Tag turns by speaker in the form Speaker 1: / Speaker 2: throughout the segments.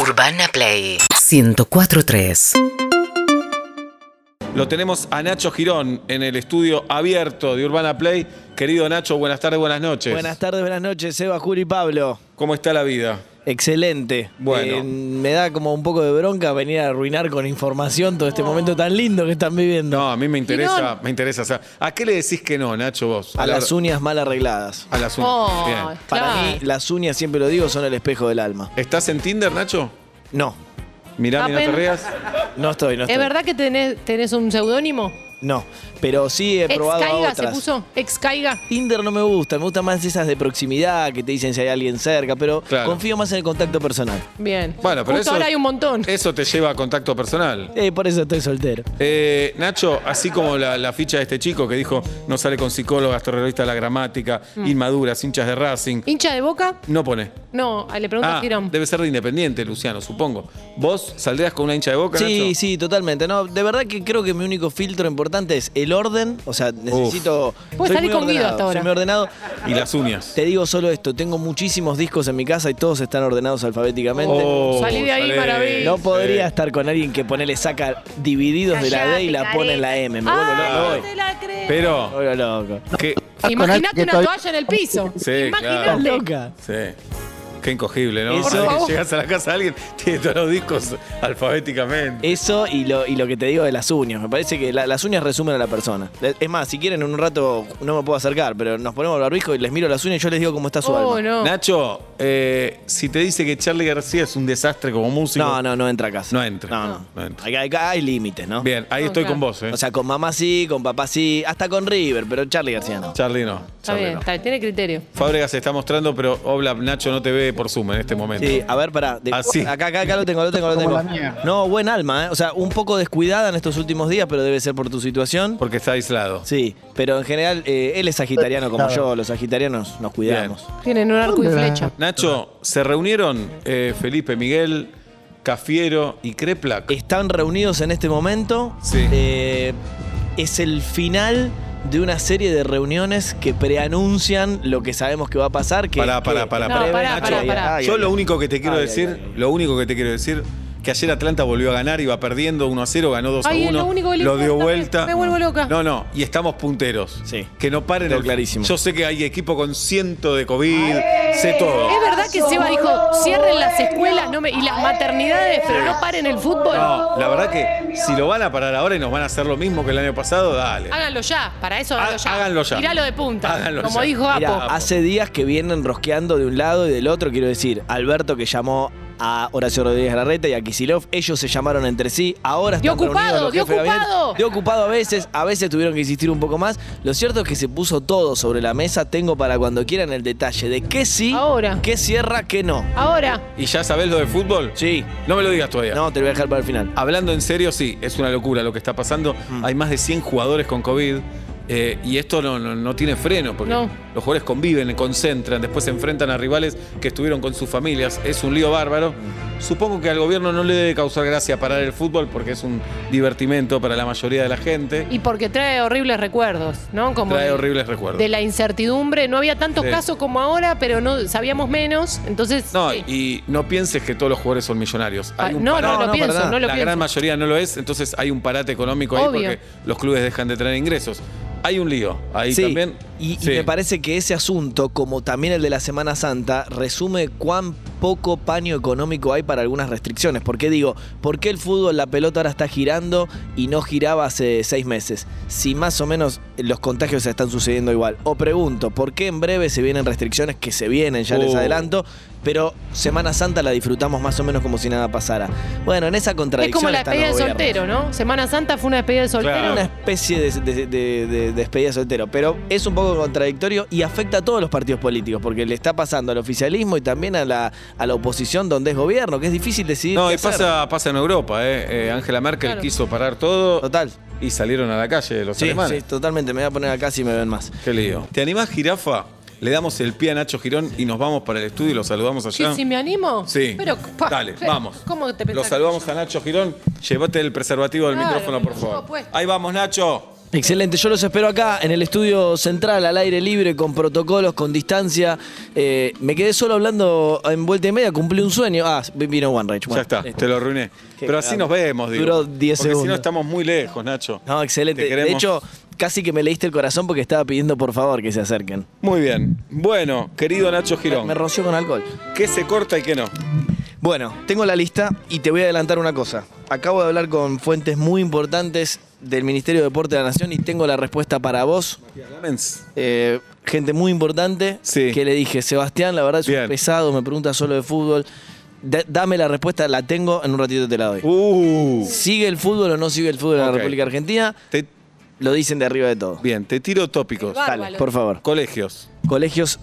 Speaker 1: Urbana Play 1043.
Speaker 2: Lo tenemos a Nacho Girón en el estudio abierto de Urbana Play. Querido Nacho, buenas tardes, buenas noches.
Speaker 3: Buenas tardes, buenas noches, Eva, Juri y Pablo.
Speaker 2: ¿Cómo está la vida?
Speaker 3: Excelente. Eh,
Speaker 2: Bueno.
Speaker 3: me da como un poco de bronca venir a arruinar con información todo este momento tan lindo que están viviendo.
Speaker 2: No, a mí me interesa, me interesa. o sea, ¿A qué le decís que no, Nacho, vos?
Speaker 3: A
Speaker 2: la-
Speaker 3: las uñas mal arregladas.
Speaker 2: A las uñas.
Speaker 4: Oh,
Speaker 2: Bien.
Speaker 3: Para
Speaker 4: claro.
Speaker 3: mí, las uñas, siempre lo digo, son el espejo del alma.
Speaker 2: ¿Estás en Tinder, Nacho?
Speaker 3: No,
Speaker 2: Mirá, mirá, te
Speaker 4: Apen-
Speaker 2: rías.
Speaker 3: no estoy, no estoy.
Speaker 4: ¿Es verdad que tenés, tenés un seudónimo?
Speaker 3: No, pero sí he
Speaker 4: Ex
Speaker 3: probado a
Speaker 4: Caiga se
Speaker 3: otras.
Speaker 4: puso. Ex Caiga.
Speaker 3: Tinder no me gusta, me gustan más esas de proximidad que te dicen si hay alguien cerca, pero
Speaker 2: Claro.
Speaker 3: confío más en el contacto personal.
Speaker 4: Bien.
Speaker 2: Bueno, pero eso,
Speaker 4: Justo ahora hay un montón.
Speaker 2: Eso te lleva a contacto personal.
Speaker 3: Eh, por eso estoy soltero.
Speaker 2: Eh, Nacho, así como la, la ficha de este chico que dijo no sale con psicólogas, terroristas, la gramática,
Speaker 4: Mm.
Speaker 2: inmaduras, hinchas de Racing,
Speaker 4: ¿Hincha de boca?
Speaker 2: no pone.
Speaker 4: No, le pregunta
Speaker 2: Ah,
Speaker 4: a Girón.
Speaker 2: debe ser de independiente, Luciano, supongo. ¿Vos saldrías con una hincha de boca,
Speaker 3: Sí,
Speaker 2: Nacho?
Speaker 3: sí, totalmente. No, de verdad que creo que mi único filtro importante es el orden. O sea, necesito.
Speaker 4: Puedes
Speaker 3: soy
Speaker 4: salir
Speaker 3: muy
Speaker 4: con Guido
Speaker 3: ordenado,
Speaker 4: hasta ahora.
Speaker 3: soy muy ordenado.
Speaker 2: Y las uñas.
Speaker 3: Te digo solo esto: tengo muchísimos discos en mi casa y todos están ordenados alfabéticamente.
Speaker 2: Oh,
Speaker 4: Salí de ahí,
Speaker 2: salí.
Speaker 4: maravilla.
Speaker 3: No podría
Speaker 2: Sí.
Speaker 3: estar con alguien que ponele saca divididos de la D y la pone en la M. Me vuelvo loco.
Speaker 4: Ah,
Speaker 2: voy.
Speaker 4: te la creo.
Speaker 3: me
Speaker 2: Pero,
Speaker 3: vuelvo loco.
Speaker 2: qué,
Speaker 4: Imagínate una toalla en el piso.
Speaker 2: Sí,
Speaker 4: Imagínate.
Speaker 2: claro.
Speaker 3: Estás loca.
Speaker 2: sí. qué incogible, ¿no?
Speaker 3: Eso- Por
Speaker 4: favor.
Speaker 2: Llegas a la casa de alguien, tiene todos los discos alfabéticamente.
Speaker 3: Eso y lo, y lo que te digo de las uñas. Me parece que la- las uñas resumen a la persona. Es más, si quieren, en un rato no me puedo acercar, pero nos ponemos el barbijo y les miro las uñas y yo les digo cómo está su
Speaker 4: Oh,
Speaker 3: alma.
Speaker 4: no.
Speaker 2: Nacho, eh, si te dice que Charlie García es un desastre como músico.
Speaker 3: No, no, no entra a casa.
Speaker 2: No entra.
Speaker 3: No, no.
Speaker 2: No entra.
Speaker 3: Acá, acá hay límites, ¿no?
Speaker 2: Bien, ahí
Speaker 4: No,
Speaker 2: estoy
Speaker 4: claro.
Speaker 2: con vos, ¿eh?
Speaker 3: O sea, con mamá sí, con papá sí, hasta con River, pero Charlie García no.
Speaker 2: Charlie no.
Speaker 4: Está
Speaker 2: Charlie
Speaker 4: bien,
Speaker 2: no.
Speaker 4: está bien, tiene criterio.
Speaker 2: Fábregas se está mostrando, pero Obla Nacho no te ve por Zoom en este momento.
Speaker 3: Sí, a ver, pará. De-
Speaker 2: Ah, sí.
Speaker 3: Acá, acá, acá lo tengo, lo tengo, lo tengo. No, buen alma, ¿eh? O sea, un poco descuidada en estos últimos días, pero debe ser por tu situación.
Speaker 2: Porque está aislado.
Speaker 3: Sí, pero en general, eh, él es sagitariano como yo, los sagitarianos nos cuidamos.
Speaker 4: Tienen un arco y flecha.
Speaker 2: Nacho, se reunieron eh, Felipe Miguel, Cafiero y Kreplak.
Speaker 3: Están reunidos en este momento.
Speaker 2: Sí.
Speaker 3: Eh, es el final de una serie de reuniones que preanuncian lo que sabemos que va a pasar. Que,
Speaker 2: Pará, pará,
Speaker 3: que
Speaker 2: pará,
Speaker 3: en
Speaker 2: pará.
Speaker 3: breve-
Speaker 4: No, pará,
Speaker 3: Nacho,
Speaker 4: pará,
Speaker 3: ay,
Speaker 4: pará.
Speaker 3: ay,
Speaker 2: Yo
Speaker 3: ay,
Speaker 2: lo
Speaker 3: ay.
Speaker 2: único que te quiero
Speaker 3: Ay, ay,
Speaker 2: decir,
Speaker 3: ay.
Speaker 2: lo único que te quiero decir, que ayer Atlanta volvió a ganar, iba perdiendo 1 a 0, ganó 2 a 1.
Speaker 4: Ay, es lo único que le
Speaker 2: lo dio
Speaker 4: importa,
Speaker 2: vuelta.
Speaker 4: me- me vuelvo loca.
Speaker 2: No, no, y estamos punteros.
Speaker 3: Sí.
Speaker 2: Que no paren
Speaker 3: Todo
Speaker 2: el-
Speaker 3: clarísimo.
Speaker 2: Yo sé que hay equipo con ciento de COVID, sé todo.
Speaker 4: ¿Es verdad que Seba dijo, cierren las escuelas no me- y las maternidades, pero no paren el fútbol?
Speaker 2: No, la verdad que si lo van a parar ahora y nos van a hacer lo mismo que el año pasado, dale.
Speaker 4: Háganlo ya, para eso
Speaker 2: Ha-
Speaker 4: háganlo ya.
Speaker 2: háganlo ya.
Speaker 4: Tiralo de punta.
Speaker 2: Háganlo
Speaker 4: como
Speaker 2: ya.
Speaker 4: dijo Apo.
Speaker 3: Mirá, hace días que vienen rosqueando de un lado y del otro, quiero decir, Alberto que llamó a Horacio Rodríguez Larreta y a Kisilov, ellos se llamaron entre sí, ahora
Speaker 4: ¡Dio
Speaker 3: están reunidos
Speaker 4: ocupado,
Speaker 3: los
Speaker 4: dio
Speaker 3: jefes de gabinete.
Speaker 4: ocupado!
Speaker 3: dio ocupado a veces, a veces tuvieron que insistir un poco más. Lo cierto es que se puso todo sobre la mesa, tengo para cuando quieran el detalle de qué sí,
Speaker 4: Ahora.
Speaker 3: qué cierra, qué no.
Speaker 4: Ahora,
Speaker 2: ¿Y ya sabés lo de fútbol?
Speaker 3: Sí,
Speaker 2: No me lo digas todavía.
Speaker 3: no, te lo voy a dejar para el final.
Speaker 2: Hablando en serio, sí, es una locura lo que está pasando. Hay más de 100 jugadores con COVID eh, y esto no, no- no tiene freno porque
Speaker 4: No.
Speaker 2: los jugadores conviven, concentran, después se enfrentan a rivales que estuvieron con sus familias. Es un lío bárbaro. Supongo que al gobierno no le debe causar gracia parar el fútbol porque es un divertimento para la mayoría de la gente.
Speaker 4: y porque trae horribles recuerdos, ¿no? Como
Speaker 2: Trae
Speaker 4: de-
Speaker 2: horribles recuerdos.
Speaker 4: De la incertidumbre. No había tantos
Speaker 2: Sí.
Speaker 4: casos como ahora, pero no sabíamos menos. Entonces.
Speaker 2: No,
Speaker 4: sí.
Speaker 2: y no pienses que todos los jugadores son millonarios.
Speaker 4: Ah,
Speaker 2: Hay un
Speaker 4: no,
Speaker 2: parate.
Speaker 4: no,
Speaker 3: No,
Speaker 4: lo
Speaker 3: no,
Speaker 4: pienso,
Speaker 3: para nada.
Speaker 4: no lo
Speaker 2: la
Speaker 4: pienso.
Speaker 2: gran mayoría no lo es, entonces hay un parate económico ahí
Speaker 4: Obvio.
Speaker 2: porque los clubes dejan de tener ingresos. Hay un lío ahí
Speaker 3: Sí,
Speaker 2: también.
Speaker 3: Y, y
Speaker 2: Sí.
Speaker 3: me parece que ese asunto, como también el de la Semana Santa, resume cuán poco paño económico hay para algunas restricciones. Porque digo, ¿por qué el fútbol, la pelota ahora está girando y no giraba hace seis meses? Si más o menos los contagios se están sucediendo igual. O pregunto, ¿por qué en breve se vienen restricciones que se vienen, ya les
Speaker 2: Oh.
Speaker 3: adelanto? Pero Semana Santa la disfrutamos más o menos como si nada pasara. Bueno, en esa
Speaker 4: es
Speaker 3: contradicción
Speaker 4: como la
Speaker 3: están los
Speaker 4: despedida de
Speaker 3: gobiernos.
Speaker 4: soltero, ¿no? Semana Santa fue una despedida de soltero.
Speaker 2: Claro.
Speaker 3: Una especie de, de- de- de despedida de soltero, pero es un poco contradictorio y afecta a todos los partidos políticos, porque le está pasando al oficialismo y también a la, a la oposición donde es gobierno, que es difícil decidir.
Speaker 2: No, y
Speaker 3: qué hacer.
Speaker 2: pasa, pasa en Europa, ¿eh? Eh, Angela Merkel
Speaker 4: Claro.
Speaker 2: quiso parar todo
Speaker 3: Total.
Speaker 2: y salieron a la calle los
Speaker 3: Sí, sí,
Speaker 2: alemanes.
Speaker 3: totalmente. Me voy a poner acá si me ven más.
Speaker 2: Qué lío. ¿Te animás, jirafa? Le damos el pie a Nacho Girón y nos vamos para el estudio y lo saludamos
Speaker 4: Sí,
Speaker 2: allá.
Speaker 4: si me animo.
Speaker 2: Sí.
Speaker 4: Pero, pa,
Speaker 2: Dale,
Speaker 4: pero,
Speaker 2: vamos.
Speaker 4: ¿Cómo te pensás
Speaker 2: Lo
Speaker 4: que
Speaker 2: saludamos
Speaker 4: yo-
Speaker 2: a Nacho Girón. Llévate el preservativo del
Speaker 4: Claro,
Speaker 2: micrófono,
Speaker 4: me
Speaker 2: por
Speaker 4: lo llevo
Speaker 2: favor.
Speaker 4: puesto.
Speaker 2: Ahí vamos, Nacho.
Speaker 3: Excelente, yo los espero acá en el estudio central, al aire libre, con protocolos, con distancia. Eh, me quedé solo hablando en vuelta y media, cumplí un sueño. Ah, vino One Rage.
Speaker 2: ya
Speaker 3: bueno, este.
Speaker 2: está,
Speaker 3: listo.
Speaker 2: te lo arruiné.
Speaker 3: Qué
Speaker 2: Pero así
Speaker 3: cagada.
Speaker 2: nos vemos, digo.
Speaker 3: Duró 10
Speaker 2: Porque si no
Speaker 3: segundos.
Speaker 2: estamos muy lejos, Nacho.
Speaker 3: No, excelente.
Speaker 2: Te
Speaker 3: De
Speaker 2: queremos.
Speaker 3: hecho, casi que me leíste el corazón porque estaba pidiendo por favor que se acerquen.
Speaker 2: Muy bien. Bueno, querido Nacho Girón,
Speaker 3: Ah, Me roció con alcohol.
Speaker 2: ¿qué se corta y qué no?
Speaker 3: Bueno, tengo la lista y te voy a adelantar una cosa. Acabo de hablar con fuentes muy importantes del Ministerio de Deporte de la Nación y tengo la respuesta para vos.
Speaker 2: Lamens.
Speaker 3: Eh, gente muy importante
Speaker 2: Sí.
Speaker 3: que le dije, Sebastián, la verdad es
Speaker 2: Bien.
Speaker 3: un pesado, me pregunta solo de fútbol. Da- dame la respuesta, la tengo, en un ratito te la doy.
Speaker 2: Uh.
Speaker 3: ¿Sigue el fútbol o no sigue el fútbol en la
Speaker 2: Ok.
Speaker 3: República Argentina?
Speaker 2: Te-
Speaker 3: Lo dicen de arriba de todo.
Speaker 2: bien, te tiro tópicos.
Speaker 4: Va.
Speaker 3: Dale,
Speaker 4: Bárbaro.
Speaker 3: por favor.
Speaker 2: Colegios.
Speaker 3: Colegios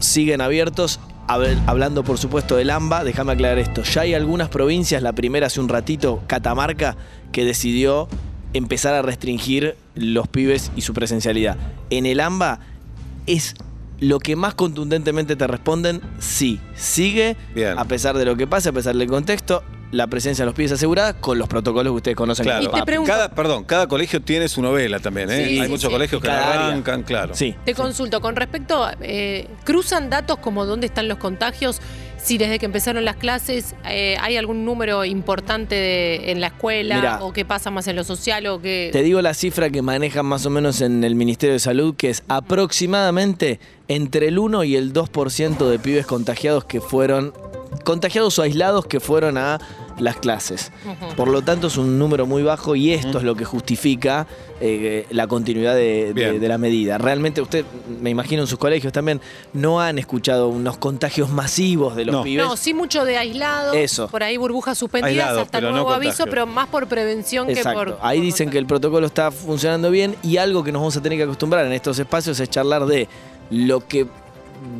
Speaker 3: siguen abiertos. A ver, Hablando, por supuesto, del AMBA, déjame aclarar esto. Ya hay algunas provincias, la primera hace un ratito, Catamarca, que decidió empezar a restringir los pibes y su presencialidad. En el AMBA es lo que más contundentemente te responden, sí, sigue,
Speaker 2: Bien.
Speaker 3: a pesar de lo que pase, a pesar del contexto, la presencia de los pibes asegurada con los protocolos que ustedes conocen.
Speaker 2: Claro. Ah,
Speaker 4: Y te pregunto-
Speaker 2: Cada, perdón, cada colegio tiene su novela también, ¿eh?
Speaker 4: Sí,
Speaker 2: Hay
Speaker 4: sí,
Speaker 2: muchos
Speaker 4: sí.
Speaker 2: colegios que
Speaker 3: Cada área.
Speaker 2: arrancan, claro.
Speaker 3: Sí.
Speaker 4: Te consulto, con respecto, a, eh, ¿cruzan datos como dónde están los contagios? Si desde que empezaron las clases eh, hay algún número importante de- en la escuela
Speaker 3: Mirá.
Speaker 4: o qué pasa más en lo social o qué...
Speaker 3: Te digo la cifra que manejan más o menos en el Ministerio de Salud, que es aproximadamente entre el 1 y el 2% de pibes contagiados que fueron contagiados o aislados que fueron a las clases.
Speaker 4: Ujú.
Speaker 3: Por lo tanto es un número muy bajo y esto es lo que justifica eh, la continuidad de, de-
Speaker 2: Bien.
Speaker 3: de la medida. Realmente usted, me imagino en sus colegios también, no han escuchado unos contagios masivos de los
Speaker 2: No.
Speaker 3: pibes.
Speaker 4: No, sí mucho de aislado.
Speaker 3: Eso.
Speaker 4: Por ahí burbujas suspendidas
Speaker 2: Aislado,
Speaker 4: hasta
Speaker 2: pero no
Speaker 4: nuevo aviso,
Speaker 2: contagio.
Speaker 4: pero más por prevención que por...
Speaker 3: Exacto. Ahí
Speaker 4: por
Speaker 3: dicen que el
Speaker 4: contagio.
Speaker 3: protocolo está funcionando bien y algo que nos vamos a tener que acostumbrar en estos espacios es charlar de lo que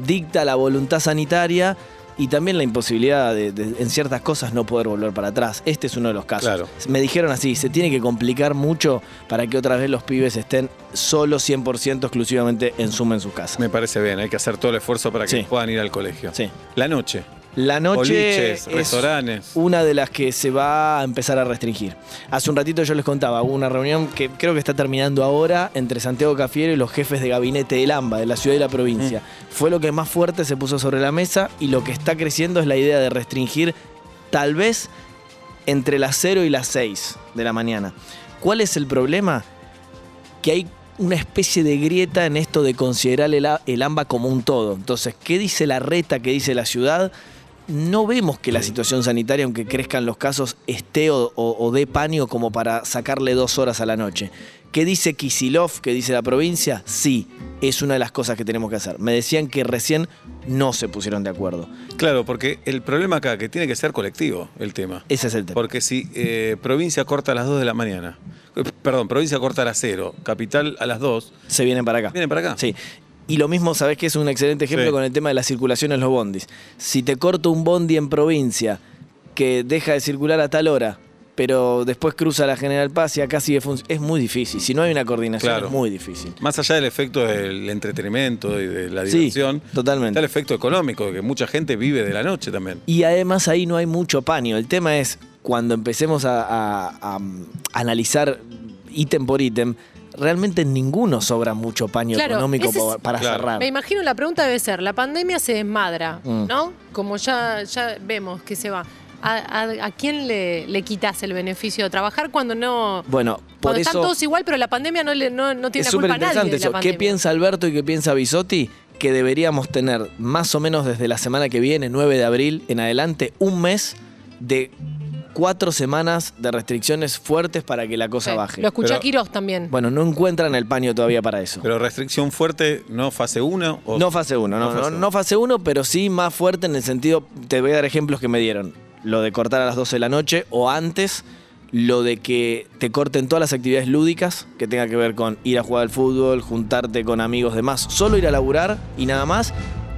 Speaker 3: dicta la voluntad sanitaria y también la imposibilidad de, de- en ciertas cosas no poder volver para atrás. Este es uno de los casos.
Speaker 2: Claro.
Speaker 3: Me dijeron así, se tiene que complicar mucho para que otra vez los pibes estén solo 100% exclusivamente en Zoom en sus casas.
Speaker 2: Me parece bien, hay que hacer todo el esfuerzo para que
Speaker 3: Sí.
Speaker 2: puedan ir al colegio.
Speaker 3: Sí.
Speaker 2: La noche.
Speaker 3: La noche
Speaker 2: Boliches,
Speaker 3: es
Speaker 2: restaurantes.
Speaker 3: una de las que se va a empezar a restringir. Hace un ratito yo les contaba, hubo una reunión que creo que está terminando ahora entre Santiago Cafiero y los jefes de gabinete del AMBA, de la ciudad y la provincia. Fue lo que más fuerte se puso sobre la mesa y lo que está creciendo es la idea de restringir tal vez entre las 0 y las 6 de la mañana. ¿Cuál es el problema? Que hay una especie de grieta en esto de considerar el, a- el AMBA como un todo. Entonces, ¿qué dice la reta? ¿Qué dice la ciudad? No vemos que la situación sanitaria, aunque crezcan los casos, esté o, o- o dé paño como para sacarle dos horas a la noche. ¿Qué dice Kisilov? ¿Qué dice la provincia? Sí, es una de las cosas que tenemos que hacer. Me decían que recién no se pusieron de acuerdo.
Speaker 2: Claro, porque el problema acá, que tiene que ser colectivo el tema.
Speaker 3: Ese es el tema.
Speaker 2: Porque si eh, provincia corta a las 2 de la mañana, eh, perdón, provincia corta a las 0, capital a las 2,
Speaker 3: Se vienen para acá.
Speaker 2: vienen para acá.
Speaker 3: Sí. Y lo mismo, sabes que es un excelente ejemplo
Speaker 2: Sí.
Speaker 3: con el tema de la circulación en los bondis. Si te corto un bondi en provincia que deja de circular a tal hora, pero después cruza la General Paz y acá sigue funcionando, es muy difícil. Si no hay una coordinación,
Speaker 2: Claro.
Speaker 3: es muy difícil.
Speaker 2: Más allá del efecto del entretenimiento y de la
Speaker 3: Sí,
Speaker 2: diversión,
Speaker 3: totalmente.
Speaker 2: está el efecto económico, de que mucha gente vive de la noche también.
Speaker 3: Y además ahí no hay mucho paño. El tema es cuando empecemos a, a- a, mm, analizar ítem por ítem, realmente en ninguno sobra mucho paño
Speaker 4: Claro,
Speaker 3: económico
Speaker 4: ese es-
Speaker 3: pa- para
Speaker 2: Claro.
Speaker 3: cerrar.
Speaker 4: Me imagino la pregunta debe ser, la pandemia se desmadra,
Speaker 3: Mm.
Speaker 4: ¿no? Como ya, ya vemos que se va. ¿A, a- a quién le, le quitas el beneficio de trabajar cuando no...
Speaker 3: Bueno, por
Speaker 4: Cuando
Speaker 3: eso.
Speaker 4: están todos igual, pero la pandemia no, le, no, no tiene
Speaker 3: es
Speaker 4: la
Speaker 3: súper
Speaker 4: culpa a nadie
Speaker 3: interesante
Speaker 4: de la
Speaker 3: eso. ¿Qué
Speaker 4: pandemia.
Speaker 3: piensa Alberto y qué piensa Bisotti? Que deberíamos tener más o menos desde la semana que viene, 9 de abril en adelante, un mes de cuatro semanas de restricciones fuertes para que la cosa
Speaker 4: Sí,
Speaker 3: baje.
Speaker 4: Lo escuché
Speaker 2: Pero-
Speaker 4: a Quirós también.
Speaker 3: Bueno, no encuentran el paño todavía para eso.
Speaker 2: Pero restricción fuerte, no fase 1 o
Speaker 3: No fase 1,
Speaker 2: No
Speaker 3: no,
Speaker 2: fase
Speaker 3: no,
Speaker 2: uno.
Speaker 3: no fase 1, pero sí más fuerte en el sentido, te voy a dar ejemplos que me dieron. Lo de cortar a las 12 de la noche o antes, lo de que te corten todas las actividades lúdicas que tenga que ver con ir a jugar al fútbol, juntarte con amigos demás, solo ir a laburar y nada más.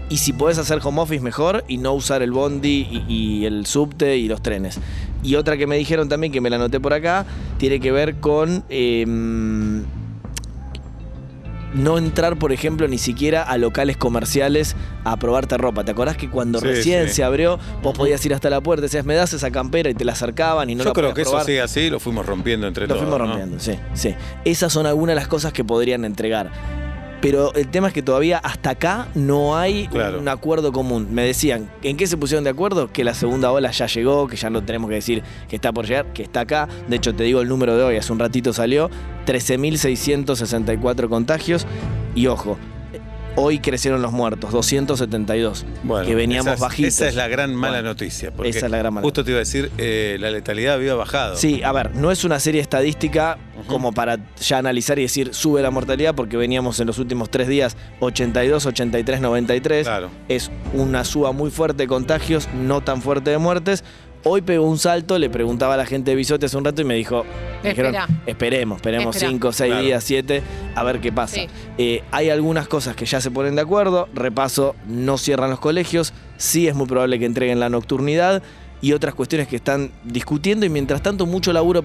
Speaker 3: Y si podés hacer home office mejor y no usar el bondi y, y el subte y los trenes. Y otra que me dijeron también, que me la anoté por acá, tiene que ver con... em, no entrar, por ejemplo, ni siquiera a locales comerciales a probarte ropa. ¿Te acordás que cuando
Speaker 2: Sí,
Speaker 3: recién
Speaker 2: sí.
Speaker 3: se abrió, vos podías ir hasta la puerta, decías, me das esa campera y te la acercaban y no
Speaker 2: Yo
Speaker 3: la
Speaker 2: creo
Speaker 3: podías
Speaker 2: que eso
Speaker 3: probar?
Speaker 2: sigue así, lo fuimos rompiendo entre
Speaker 3: Lo
Speaker 2: todos.
Speaker 3: fuimos
Speaker 2: ¿no?
Speaker 3: rompiendo, sí, sí. Esas son algunas de las cosas que podrían entregar. Pero el tema es que todavía hasta acá no hay
Speaker 2: Claro.
Speaker 3: un acuerdo común. Me decían, ¿en qué se pusieron de acuerdo? Que la segunda ola ya llegó, que ya lo tenemos que decir que está por llegar, que está acá. De hecho, te digo el número de hoy, hace un ratito salió, 13.664 contagios. Y ojo, hoy crecieron los muertos, 272,
Speaker 2: Bueno,
Speaker 3: que veníamos
Speaker 2: esa es-
Speaker 3: bajitos.
Speaker 2: Esa es la gran mala
Speaker 3: Bueno,
Speaker 2: noticia. Porque
Speaker 3: esa es la gran mala
Speaker 2: Justo te iba a decir, eh, la letalidad había bajado.
Speaker 3: Sí, a ver, no es una serie estadística
Speaker 2: Ujú.
Speaker 3: como para ya analizar y decir sube la mortalidad porque veníamos en los últimos tres días 82, 83, 93.
Speaker 2: Claro.
Speaker 3: Es una suba muy fuerte de contagios, no tan fuerte de muertes. Hoy pegó un salto, le preguntaba a la gente de Bisote hace un rato y me dijo, me
Speaker 4: Esperá.
Speaker 3: esperemos, esperemos
Speaker 4: Esperá.
Speaker 3: 5, 6
Speaker 2: Claro.
Speaker 3: días, 7, a ver qué pasa.
Speaker 4: Sí.
Speaker 3: Eh, hay algunas cosas que ya se ponen de acuerdo, repaso, no cierran los colegios, sí es muy probable que entreguen la nocturnidad y otras cuestiones que están discutiendo y mientras tanto mucho laburo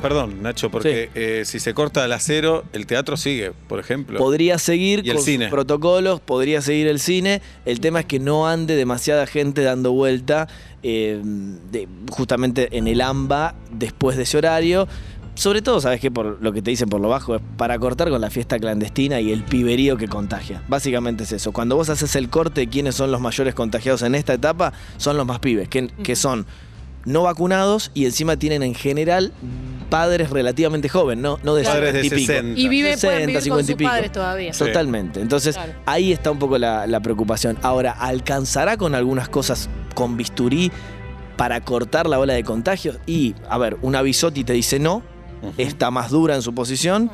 Speaker 2: Perdón, perdón, Nacho, porque eh, si se corta el acero, el teatro sigue, por ejemplo.
Speaker 3: Podría seguir
Speaker 2: Y el
Speaker 3: con sus
Speaker 2: cine.
Speaker 3: protocolos, podría seguir el cine. El tema es que no ande demasiada gente dando vuelta eh, de- justamente en el AMBA después de ese horario. Sobre todo, ¿sabes qué? Por lo que te dicen por lo bajo, es para cortar con la fiesta clandestina y el piberío que contagia. Básicamente es eso. Cuando vos haces el corte de quiénes son los mayores contagiados en esta etapa, son los más pibes, que, que son no vacunados y encima tienen en general padres relativamente jóvenes, ¿no? No de
Speaker 2: Padres de
Speaker 3: 60 y pico.
Speaker 2: 60.
Speaker 4: Y vive,
Speaker 3: 60,
Speaker 4: pueden vivir
Speaker 3: 50
Speaker 4: con
Speaker 3: y
Speaker 4: sus
Speaker 3: pico.
Speaker 4: padres todavía.
Speaker 2: Sí.
Speaker 3: Totalmente. Entonces,
Speaker 4: Claro.
Speaker 3: ahí está un poco la, la preocupación. Ahora, ¿alcanzará con algunas cosas con bisturí para cortar la ola de contagios? Y, a ver, una bisotti te dice no,
Speaker 2: Ujú.
Speaker 3: está más dura en su posición,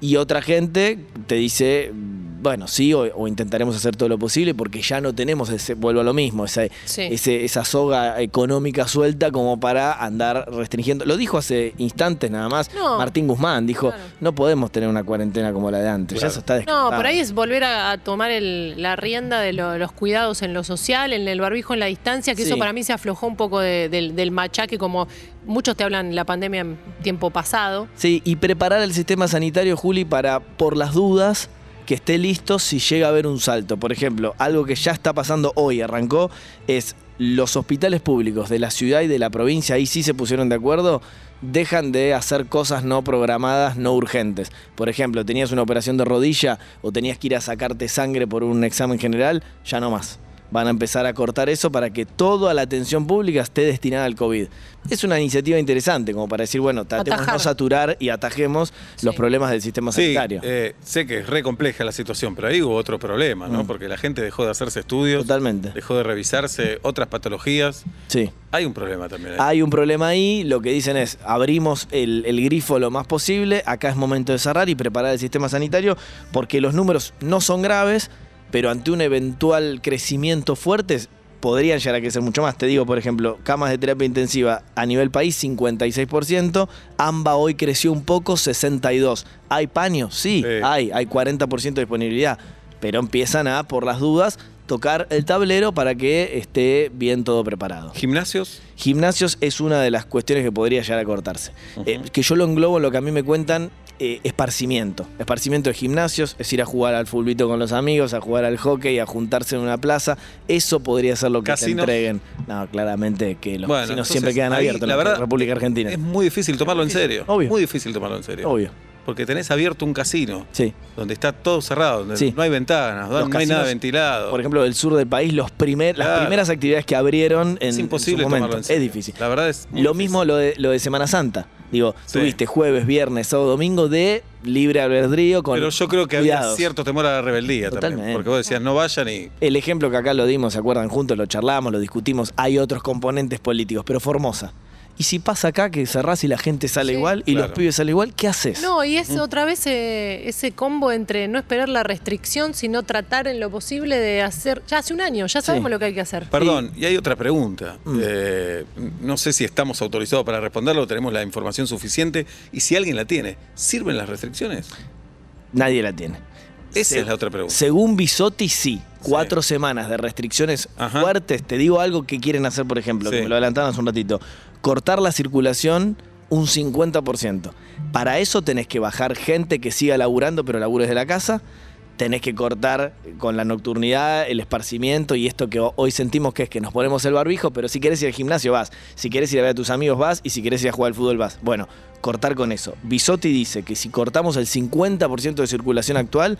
Speaker 3: y otra gente te dice, bueno, sí, o, o intentaremos hacer todo lo posible porque ya no tenemos ese, vuelvo a lo mismo, ese,
Speaker 4: Sí.
Speaker 3: ese- esa soga económica suelta como para andar restringiendo. Lo dijo hace instantes nada más
Speaker 4: No.
Speaker 3: Martín Guzmán, dijo,
Speaker 4: Claro.
Speaker 3: no podemos tener una cuarentena como la de antes, ya
Speaker 2: Claro.
Speaker 3: eso está
Speaker 4: No,
Speaker 3: descartado.
Speaker 4: por ahí es volver a, a tomar el- la rienda de lo- los cuidados en lo social, en el barbijo, en la distancia, que
Speaker 3: Sí.
Speaker 4: eso para mí se aflojó un poco de- del, del machaque, como muchos te hablan la pandemia en tiempo pasado.
Speaker 3: Sí, y preparar el sistema sanitario, Juli, para, por las dudas, que esté listo si llega a haber un salto. Por ejemplo, algo que ya está pasando hoy, arrancó, es los hospitales públicos de la ciudad y de la provincia, ahí sí se pusieron de acuerdo, dejan de hacer cosas no programadas, no urgentes. Por ejemplo, tenías una operación de rodilla o tenías que ir a sacarte sangre por un examen general, ya no más. Van a empezar a cortar eso para que toda la atención pública esté destinada al COVID. Es una iniciativa interesante, como para decir, bueno, tratemos de no
Speaker 4: Atajar.
Speaker 3: saturar y atajemos los
Speaker 4: Sí.
Speaker 3: problemas del sistema
Speaker 2: Sí,
Speaker 3: sanitario.
Speaker 2: eh, sé que es re compleja la situación, pero ahí hubo otro problema, ¿no?
Speaker 3: Mm.
Speaker 2: Porque la gente dejó de hacerse estudios,
Speaker 3: Totalmente.
Speaker 2: dejó de revisarse otras patologías.
Speaker 3: Sí.
Speaker 2: Hay un problema también ahí.
Speaker 3: Hay un problema ahí, lo que dicen es abrimos el, el grifo lo más posible, acá es momento de cerrar y preparar el sistema sanitario porque los números no son graves, pero ante un eventual crecimiento fuerte podrían llegar a crecer mucho más. Te digo, por ejemplo, camas de terapia intensiva a nivel país 56%, AMBA hoy creció un poco 62%. ¿Hay paño? Sí,
Speaker 2: Sí.
Speaker 3: hay, hay 40% de disponibilidad, pero empiezan a, por las dudas, tocar el tablero para que esté bien todo preparado.
Speaker 2: Gimnasios,
Speaker 3: Gimnasios es una de las cuestiones que podría llegar a cortarse. Eh, que yo lo englobo en lo que a mí me cuentan, eh, esparcimiento. Esparcimiento de gimnasios, es ir a jugar al fulbito con los amigos, a jugar al hockey, a juntarse en una plaza. Eso podría ser lo que te
Speaker 2: Casinos.
Speaker 3: entreguen. No, claramente que los
Speaker 2: Bueno,
Speaker 3: casinos
Speaker 2: entonces,
Speaker 3: siempre quedan
Speaker 2: ahí,
Speaker 3: abiertos
Speaker 2: la
Speaker 3: en la
Speaker 2: verdad, eh,
Speaker 3: República Argentina.
Speaker 2: es muy difícil tomarlo en serio.
Speaker 3: Obvio.
Speaker 2: Muy difícil tomarlo en serio.
Speaker 3: Obvio,
Speaker 2: Porque tenés abierto un casino
Speaker 3: sí.
Speaker 2: donde está todo cerrado, donde
Speaker 3: Sí.
Speaker 2: no hay ventanas, no
Speaker 3: Los
Speaker 2: hay nada
Speaker 3: casinos,
Speaker 2: ventilado.
Speaker 3: Por ejemplo, del sur del país, los primer, las
Speaker 2: Claro.
Speaker 3: primeras actividades que abrieron en,
Speaker 2: es imposible
Speaker 3: en su momento.
Speaker 2: tomarlo en serio.
Speaker 3: Es difícil.
Speaker 2: La verdad es. muy
Speaker 3: Lo
Speaker 2: difícil.
Speaker 3: mismo lo de, lo de Semana Santa. Digo,
Speaker 2: Sí.
Speaker 3: tuviste jueves, viernes, sábado, domingo de libre albedrío con
Speaker 2: Pero yo creo que había
Speaker 3: cuidados.
Speaker 2: cierto temor a la rebeldía
Speaker 3: Totalmente.
Speaker 2: también. Porque vos decías, no vayan y.
Speaker 3: El ejemplo que acá lo dimos, ¿se acuerdan? Juntos lo charlamos, lo discutimos. Hay otros componentes políticos, pero Formosa. Y si pasa acá que cerrás y la gente sale
Speaker 4: Sí.
Speaker 3: igual y
Speaker 2: Claro.
Speaker 3: los pibes salen igual, ¿qué haces?
Speaker 4: No, y es otra vez eh, ese combo entre no esperar la restricción, sino tratar en lo posible de hacer. Ya hace un año, ya sabemos lo que hay que hacer.
Speaker 2: Perdón, y hay otra pregunta.
Speaker 3: Mm.
Speaker 2: Eh, no sé si estamos autorizados para responderlo, tenemos la información suficiente. Y si alguien la tiene, ¿sirven las restricciones?
Speaker 3: Nadie la tiene.
Speaker 2: Esa
Speaker 3: Se-
Speaker 2: es la otra pregunta.
Speaker 3: Según Bisotti, sí. Cuatro semanas de restricciones
Speaker 2: Ajá.
Speaker 3: fuertes. Te digo algo que quieren hacer, por ejemplo,
Speaker 2: Sí.
Speaker 3: que me lo adelantaron hace un ratito. Cortar la circulación un 50%. Para eso tenés que bajar gente que siga laburando, pero labures de la casa. Tenés que cortar con la nocturnidad, el esparcimiento y esto que ho- hoy sentimos que es que nos ponemos el barbijo, pero si quieres ir al gimnasio vas, si quieres ir a ver a tus amigos vas y si quieres ir a jugar al fútbol vas. Bueno, cortar con eso. Bisotti dice que si cortamos el 50% de circulación actual,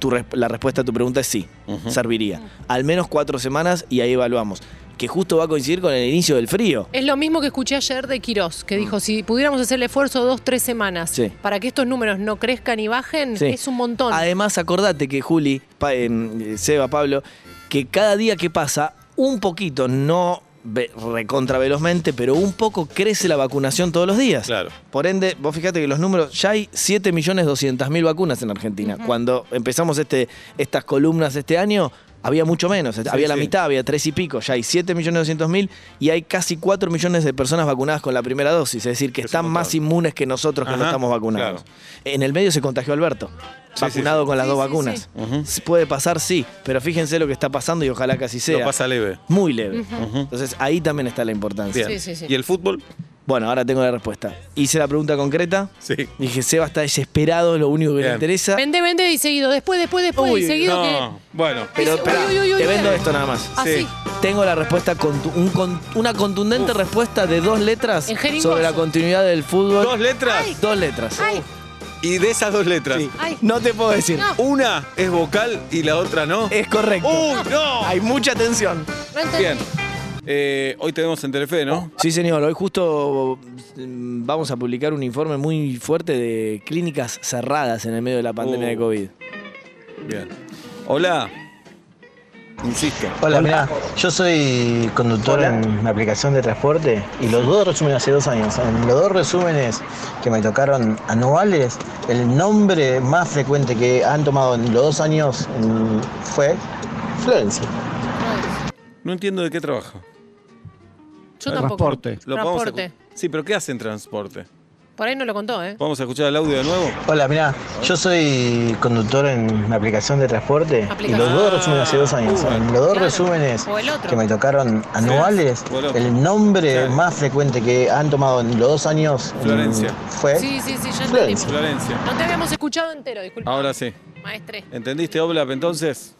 Speaker 3: tu resp- la respuesta a tu pregunta es sí,
Speaker 2: Ujú.
Speaker 3: serviría. Al menos cuatro semanas y ahí evaluamos. Que justo va a coincidir con el inicio del frío.
Speaker 4: Es lo mismo que escuché ayer de Quirós, que dijo, si pudiéramos hacer el esfuerzo dos, tres semanas
Speaker 3: Sí.
Speaker 4: para que estos números no crezcan y bajen,
Speaker 3: Sí.
Speaker 4: es un montón.
Speaker 3: Además, acordate que Juli, pa- em, Seba, Pablo, que cada día que pasa, un poquito, no ve- recontravelozmente, pero un poco crece la vacunación todos los días.
Speaker 2: Claro.
Speaker 3: Por ende, vos fíjate que los números, ya hay 7.200.000 vacunas en Argentina. Cuando empezamos este, estas columnas este año, había mucho menos. había la
Speaker 2: sí.
Speaker 3: mitad, había tres y pico. Ya hay 7.200.000 y hay casi 4 millones de personas vacunadas con la primera dosis. Es decir, que
Speaker 2: Es un
Speaker 3: están más
Speaker 2: montón.
Speaker 3: inmunes que nosotros que no
Speaker 2: Ajá,
Speaker 3: estamos vacunados.
Speaker 2: claro.
Speaker 3: En el medio se contagió Alberto,
Speaker 2: Sí,
Speaker 3: vacunado con las
Speaker 4: Sí,
Speaker 3: dos
Speaker 4: sí,
Speaker 3: vacunas.
Speaker 2: Ujú.
Speaker 3: S- Puede pasar, sí, pero fíjense lo que está pasando y ojalá que así sea.
Speaker 2: Lo pasa leve.
Speaker 3: Muy leve.
Speaker 2: Ujú.
Speaker 3: Entonces ahí también está la importancia.
Speaker 2: Bien.
Speaker 4: Sí, sí, sí.
Speaker 2: ¿Y el fútbol?
Speaker 3: Bueno, ahora tengo la respuesta. Hice la pregunta concreta.
Speaker 2: Sí.
Speaker 3: Dije, Seba está desesperado, lo único que le
Speaker 2: Bien.
Speaker 3: interesa.
Speaker 4: Vende, vende y seguido, después, después, después y seguido
Speaker 2: no. Bueno.
Speaker 4: que...
Speaker 3: Pero
Speaker 4: Uy,
Speaker 3: espera,
Speaker 4: uy, uy, uy,
Speaker 3: te vendo
Speaker 4: uy.
Speaker 3: esto nada más.
Speaker 4: Así.
Speaker 2: Sí.
Speaker 3: Tengo la respuesta con un, con- una contundente respuesta de dos letras
Speaker 4: En jeringoso.
Speaker 3: sobre la continuidad del fútbol.
Speaker 2: Dos letras.
Speaker 3: Dos letras.
Speaker 4: Ay,
Speaker 2: Uh, Y de esas dos letras,
Speaker 3: Sí.
Speaker 4: Ay.
Speaker 3: No te puedo decir.
Speaker 4: No.
Speaker 2: una es vocal y la otra no.
Speaker 3: Es correcto.
Speaker 2: ¡Uh,
Speaker 4: Ah.
Speaker 2: no!
Speaker 3: Hay mucha tensión.
Speaker 4: no entendí.
Speaker 2: Bien. Eh, hoy tenemos en Telefe, ¿no?
Speaker 3: Sí, señor. Hoy justo mm, vamos a publicar un informe muy fuerte de clínicas cerradas en el medio de la pandemia
Speaker 2: Uh.
Speaker 3: de COVID.
Speaker 2: Bien. Hola. Insisto.
Speaker 5: Hola, mira, yo soy conductor en una aplicación de transporte y los dos resúmenes hace dos años, en los dos resúmenes que me tocaron anuales, el nombre más frecuente que han tomado en los dos años mm, fue Florencia.
Speaker 2: No entiendo de qué trabaja.
Speaker 4: Yo
Speaker 2: Al
Speaker 4: tampoco.
Speaker 6: transporte.
Speaker 2: Lo podemos
Speaker 4: Transporte.
Speaker 2: escu- Sí, pero ¿qué hace en transporte?
Speaker 4: Por ahí no lo contó, ¿eh?
Speaker 2: ¿Vamos a escuchar el audio de nuevo?
Speaker 5: Hola, mira, yo soy conductor en una aplicación de transporte y los
Speaker 4: Aplicación. Uh,
Speaker 5: dos resúmenes hace dos años,
Speaker 2: Ah,
Speaker 5: en los dos
Speaker 4: claro.
Speaker 5: resúmenes
Speaker 4: O el otro.
Speaker 5: que me tocaron anuales,
Speaker 2: o el otro.
Speaker 5: el nombre
Speaker 2: Claro.
Speaker 5: más frecuente que han tomado en los dos años mm,
Speaker 2: Florencia.
Speaker 5: fue
Speaker 4: Sí, sí, sí, ya entendí.
Speaker 5: Florencia.
Speaker 2: Florencia.
Speaker 4: No te habíamos escuchado entero, disculpa.
Speaker 2: Ahora sí.
Speaker 4: Maestre.
Speaker 2: ¿Entendiste, Oblap, entonces?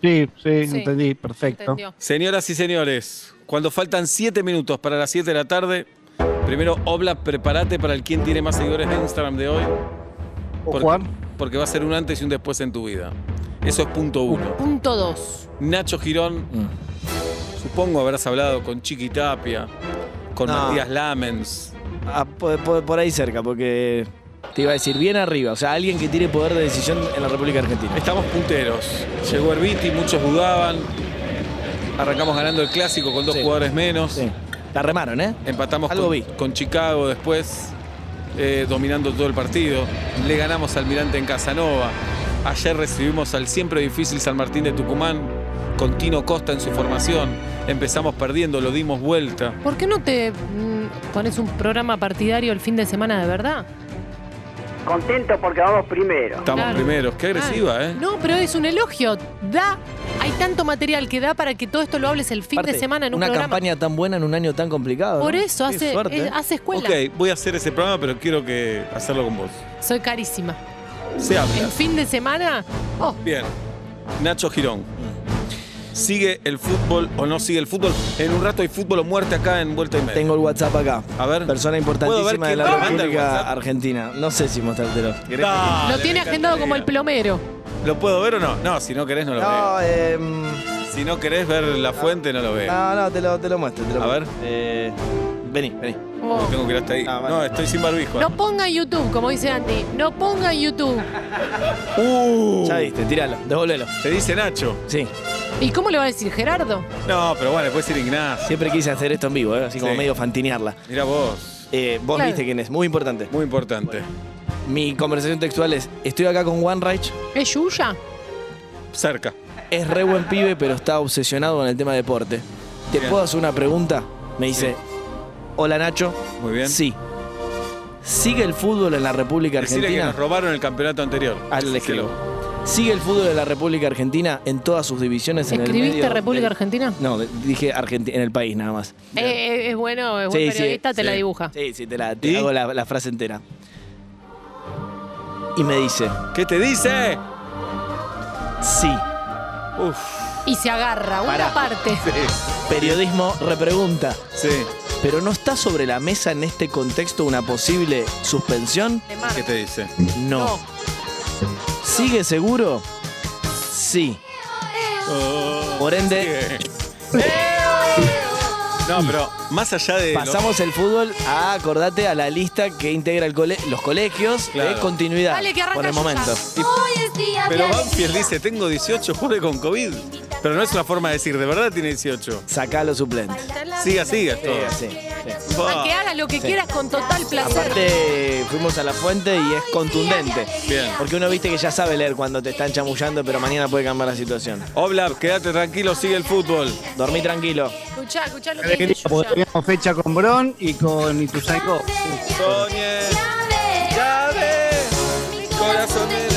Speaker 6: Sí, sí,
Speaker 4: Sí.
Speaker 6: entendí, perfecto.
Speaker 4: Entendió.
Speaker 2: Señoras y señores, cuando faltan 7 minutos para las 7 de la tarde, primero, Oblap, prepárate para el quien tiene más seguidores de Instagram de hoy.
Speaker 6: ¿O
Speaker 2: Porque-
Speaker 6: Juan?
Speaker 2: Porque va a ser un antes y un después en tu vida. Eso es punto uno.
Speaker 4: Punto dos.
Speaker 2: Nacho Girón, supongo habrás hablado con Chiqui Tapia, con
Speaker 3: No.
Speaker 2: Matías Lamens.
Speaker 3: Ah, po- po- por, ahí cerca, porque te iba a decir bien arriba. O sea, alguien que tiene poder de decisión en la República Argentina.
Speaker 2: Estamos punteros. Llegó Herbiti, muchos dudaban. Arrancamos ganando el clásico con dos
Speaker 3: Sí.
Speaker 2: jugadores menos.
Speaker 3: Sí. La remaron, ¿eh?
Speaker 2: Empatamos
Speaker 3: Algo vi.
Speaker 2: con, con Chicago después, eh, dominando todo el partido. Le ganamos al Mirante en Casanova. Ayer recibimos al siempre difícil San Martín de Tucumán con Tino Costa en su formación. Empezamos perdiendo, lo dimos vuelta.
Speaker 4: ¿Por qué no te mm, pones un programa partidario el fin de semana de verdad?
Speaker 7: Contento porque vamos primero.
Speaker 2: Estamos
Speaker 4: Claro.
Speaker 2: primeros. Qué agresiva,
Speaker 4: Ah,
Speaker 2: ¿eh?
Speaker 4: No, pero es un elogio. Da. Hay tanto material que da para que todo esto lo hables el fin de
Speaker 3: Aparte,
Speaker 4: semana en un
Speaker 3: Una
Speaker 4: programa.
Speaker 3: campaña tan buena en un año tan complicado. ¿no?
Speaker 4: Por eso
Speaker 3: Qué
Speaker 4: hace,
Speaker 3: suerte,
Speaker 4: es-
Speaker 3: ¿eh?
Speaker 4: hace escuela.
Speaker 2: Ok, voy a hacer ese programa, pero quiero que hacerlo con vos.
Speaker 4: Soy carísima.
Speaker 2: Se habla.
Speaker 4: El fin de semana. Oh,
Speaker 2: Bien. Nacho Girón. ¿Sigue el fútbol o no sigue el fútbol? En un rato hay fútbol o muerte acá en Vuelta y Media.
Speaker 3: Tengo el WhatsApp acá.
Speaker 2: A ver.
Speaker 3: Persona
Speaker 2: ¿Puedo ver
Speaker 3: importantísima
Speaker 2: quién
Speaker 3: de
Speaker 2: te
Speaker 3: la
Speaker 2: manda el
Speaker 3: República
Speaker 2: WhatsApp?
Speaker 3: Argentina. No sé si mostrártelo. ¿Querés?
Speaker 2: Ah, Dale,
Speaker 4: lo tiene
Speaker 2: me
Speaker 4: agendado como el
Speaker 2: encantaría.
Speaker 4: plomero.
Speaker 2: ¿Lo puedo ver o no? No, si no querés no lo
Speaker 3: No,
Speaker 2: veo.
Speaker 3: eh, no,
Speaker 2: Si no querés ver la fuente no lo veo.
Speaker 3: no, te lo, te lo muestro. te lo
Speaker 2: A ver.
Speaker 3: muestro. Eh, vení, vení.
Speaker 4: Oh.
Speaker 2: Tengo que ir hasta ahí.
Speaker 3: Ah,
Speaker 2: No,
Speaker 3: vale.
Speaker 2: estoy sin barbijo.
Speaker 4: No ponga YouTube, como dice Andy. No ponga YouTube.
Speaker 2: Uh,
Speaker 3: Ya viste, tiralo, devolvelo.
Speaker 2: te dice Nacho.
Speaker 3: Sí,
Speaker 4: ¿Y cómo le va a decir Gerardo?
Speaker 2: No, pero bueno, puede ser Ignacio.
Speaker 3: siempre quise hacer esto en vivo, ¿eh? así como
Speaker 2: Sí.
Speaker 3: medio fantinearla.
Speaker 2: Mira vos.
Speaker 3: Eh, vos
Speaker 4: Claro.
Speaker 3: viste quién es, muy importante.
Speaker 2: Muy importante.
Speaker 3: Mi conversación textual es, estoy acá con One Reich,
Speaker 4: ¿Es Yuya?
Speaker 2: Cerca.
Speaker 3: es re buen pibe, pero está obsesionado con el tema deporte. ¿Te
Speaker 2: Bien.
Speaker 3: puedo hacer una pregunta? Me dice, hola Nacho.
Speaker 2: Muy bien.
Speaker 3: Sí. ¿Sigue el fútbol en la República
Speaker 2: Decirle que
Speaker 3: Argentina?
Speaker 2: nos robaron el campeonato anterior.
Speaker 3: Ah, le escribo.
Speaker 2: Decilo.
Speaker 3: Sigue el fútbol de la República Argentina en todas sus divisiones. En el
Speaker 4: ¿Escribiste
Speaker 3: medio
Speaker 4: República
Speaker 3: del-
Speaker 4: Argentina?
Speaker 3: No, de- dije Argentina, en el país nada más.
Speaker 4: Eh, eh, es bueno, es buen
Speaker 3: Sí, sí,
Speaker 4: periodista, te
Speaker 3: sí.
Speaker 4: la dibuja.
Speaker 3: Sí, sí, te, la, te
Speaker 2: ¿Y?
Speaker 3: hago la, la frase entera. Y me dice,
Speaker 2: ¿Qué te dice?
Speaker 3: sí,
Speaker 2: Uf,
Speaker 4: Y se agarra, una
Speaker 3: Pará.
Speaker 4: parte.
Speaker 3: periodismo repregunta,
Speaker 2: sí.
Speaker 3: pero ¿no está sobre la mesa en este contexto una posible suspensión?
Speaker 4: Te marca.
Speaker 2: ¿Qué te dice?
Speaker 3: No.
Speaker 4: No.
Speaker 3: ¿Sigue seguro? Sí. Por ende,
Speaker 2: No, pero más allá de. lo-
Speaker 3: pasamos el fútbol a, acordate, a la lista que integra el cole- los colegios
Speaker 2: Claro.
Speaker 3: de continuidad
Speaker 4: Dale, que arranca
Speaker 3: por el
Speaker 4: Yuya.
Speaker 3: momento.
Speaker 2: Pero Banfield dice: Tengo 18, pobre con COVID. Pero no es una forma de decir, de verdad tiene 18.
Speaker 3: Sacá los suplentes.
Speaker 2: Siga, siga
Speaker 3: Sí,
Speaker 2: esto.
Speaker 3: sí, sí.
Speaker 2: Buah.
Speaker 4: Ah, que hagas lo que quieras con total placer.
Speaker 3: Oh. Aparte, fuimos a la fuente y es contundente.
Speaker 2: Bien.
Speaker 3: Porque uno viste que ya sabe leer cuando te están chamullando, pero mañana puede cambiar la situación.
Speaker 2: Oblab, quédate tranquilo, sigue el fútbol.
Speaker 3: Dormí tranquilo.
Speaker 4: Escuchá, escuchá lo que dice Yuya.
Speaker 6: Teníamos fecha con Bron y con Ituzaingó.
Speaker 4: Ah,
Speaker 2: Soñé, llave, mi corazón de la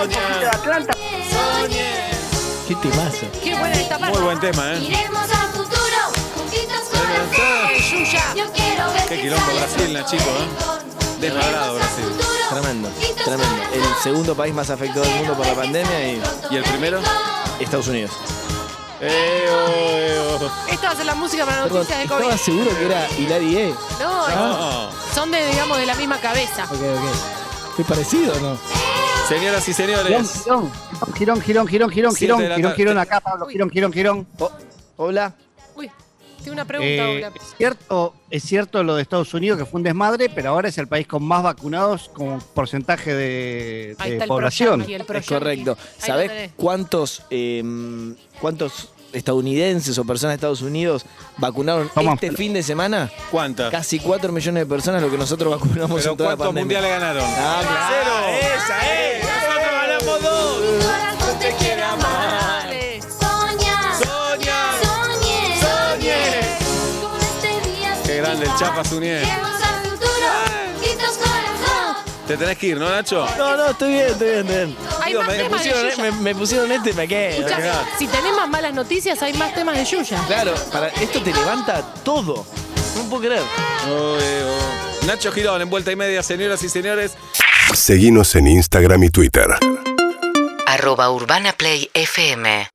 Speaker 7: De
Speaker 2: soña,
Speaker 7: Atlanta.
Speaker 2: soñé.
Speaker 3: ¿Qué te pasa?
Speaker 4: Qué buena esta parte.
Speaker 2: Muy buen tema, ¿eh?
Speaker 8: Iremos al futuro, juntitos
Speaker 4: Eh, Yuya.
Speaker 8: Yo quiero ver
Speaker 2: Qué quilombo Brasil, Nachito, ¿eh? Desmadrado Brasil.
Speaker 3: Tremendo, tremendo. El segundo país más afectado del mundo por la pandemia y
Speaker 2: ¿Y el primero?
Speaker 3: Estados Unidos.
Speaker 2: Eh, oh, eh, oh.
Speaker 4: Esta va a ser la música para
Speaker 3: Perdón, Ah.
Speaker 4: noticias de COVID.
Speaker 3: estaba seguro que era E? Hilarie.
Speaker 4: No,
Speaker 2: No.
Speaker 4: son de, digamos, de la misma cabeza.
Speaker 3: Ok, ok. ¿Qué parecido o no?
Speaker 2: Señoras y
Speaker 6: Girón,
Speaker 2: señores,
Speaker 6: girón, girón, girón, girón, girón,
Speaker 2: Siete
Speaker 6: girón,
Speaker 2: de la
Speaker 6: girón,
Speaker 2: tarde.
Speaker 6: girón acá, Pablo, girón, girón, girón.
Speaker 3: hola.
Speaker 4: Uy, tengo una pregunta,
Speaker 6: Eh,
Speaker 4: Ola.
Speaker 6: es, cierto, es cierto lo de Estados Unidos que fue un desmadre, pero ahora es el país con más vacunados como porcentaje de,
Speaker 4: Ahí
Speaker 6: de
Speaker 4: está el
Speaker 6: población.
Speaker 4: proyecto y el
Speaker 3: eh, Es
Speaker 4: proyecto.
Speaker 3: correcto.
Speaker 4: Ahí lo
Speaker 3: ¿Sabés
Speaker 4: tenés.
Speaker 3: cuántos, eh, cuántos estadounidenses o personas de Estados Unidos vacunaron
Speaker 6: Toma.
Speaker 3: este fin de semana?
Speaker 2: ¿cuántas?
Speaker 3: Casi 4 millones de personas lo que nosotros vacunamos
Speaker 2: Ah. ¿Pero
Speaker 3: Pues en toda la
Speaker 2: cuántos
Speaker 3: pandemia.
Speaker 2: mundiales ganaron?
Speaker 3: Ah, claro.
Speaker 2: ¡Cero! ¡Esa es! ¡Nosotros ganamos dos!
Speaker 8: te quiera amar.
Speaker 4: Dale.
Speaker 8: Soña,
Speaker 2: ¡Soña!
Speaker 8: soñe,
Speaker 2: Soñe.
Speaker 8: Con este día
Speaker 2: Qué grande el Chapa Suñé.
Speaker 8: Iremos al futuro, juntitos corazón.
Speaker 2: Te tenés que ir, ¿no, Nacho?
Speaker 3: No, no, estoy bien, estoy bien, estoy bien.
Speaker 4: Hay
Speaker 3: Digo,
Speaker 4: más
Speaker 3: me,
Speaker 4: temas
Speaker 3: pusieron,
Speaker 4: de
Speaker 3: eh,
Speaker 4: Yuya.
Speaker 3: me, me pusieron este y me quedo.
Speaker 4: Escuchá,
Speaker 2: Mirá.
Speaker 4: si tenés más malas noticias, hay más temas de Yuya.
Speaker 3: Claro, para, esto te levanta todo. No puedo creer.
Speaker 2: Oh, eh, oh. Nacho Girón, en vuelta y media, señoras y señores.
Speaker 9: Seguinos en Instagram y Twitter.
Speaker 1: Arroba Urbana Play FM